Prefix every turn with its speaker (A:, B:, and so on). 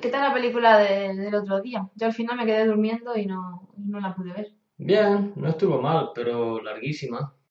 A: ¿Qué tal la película de- del otro día? Yo al final me quedé durmiendo y no, no la pude ver.
B: Bien, no estuvo mal, pero larguísima.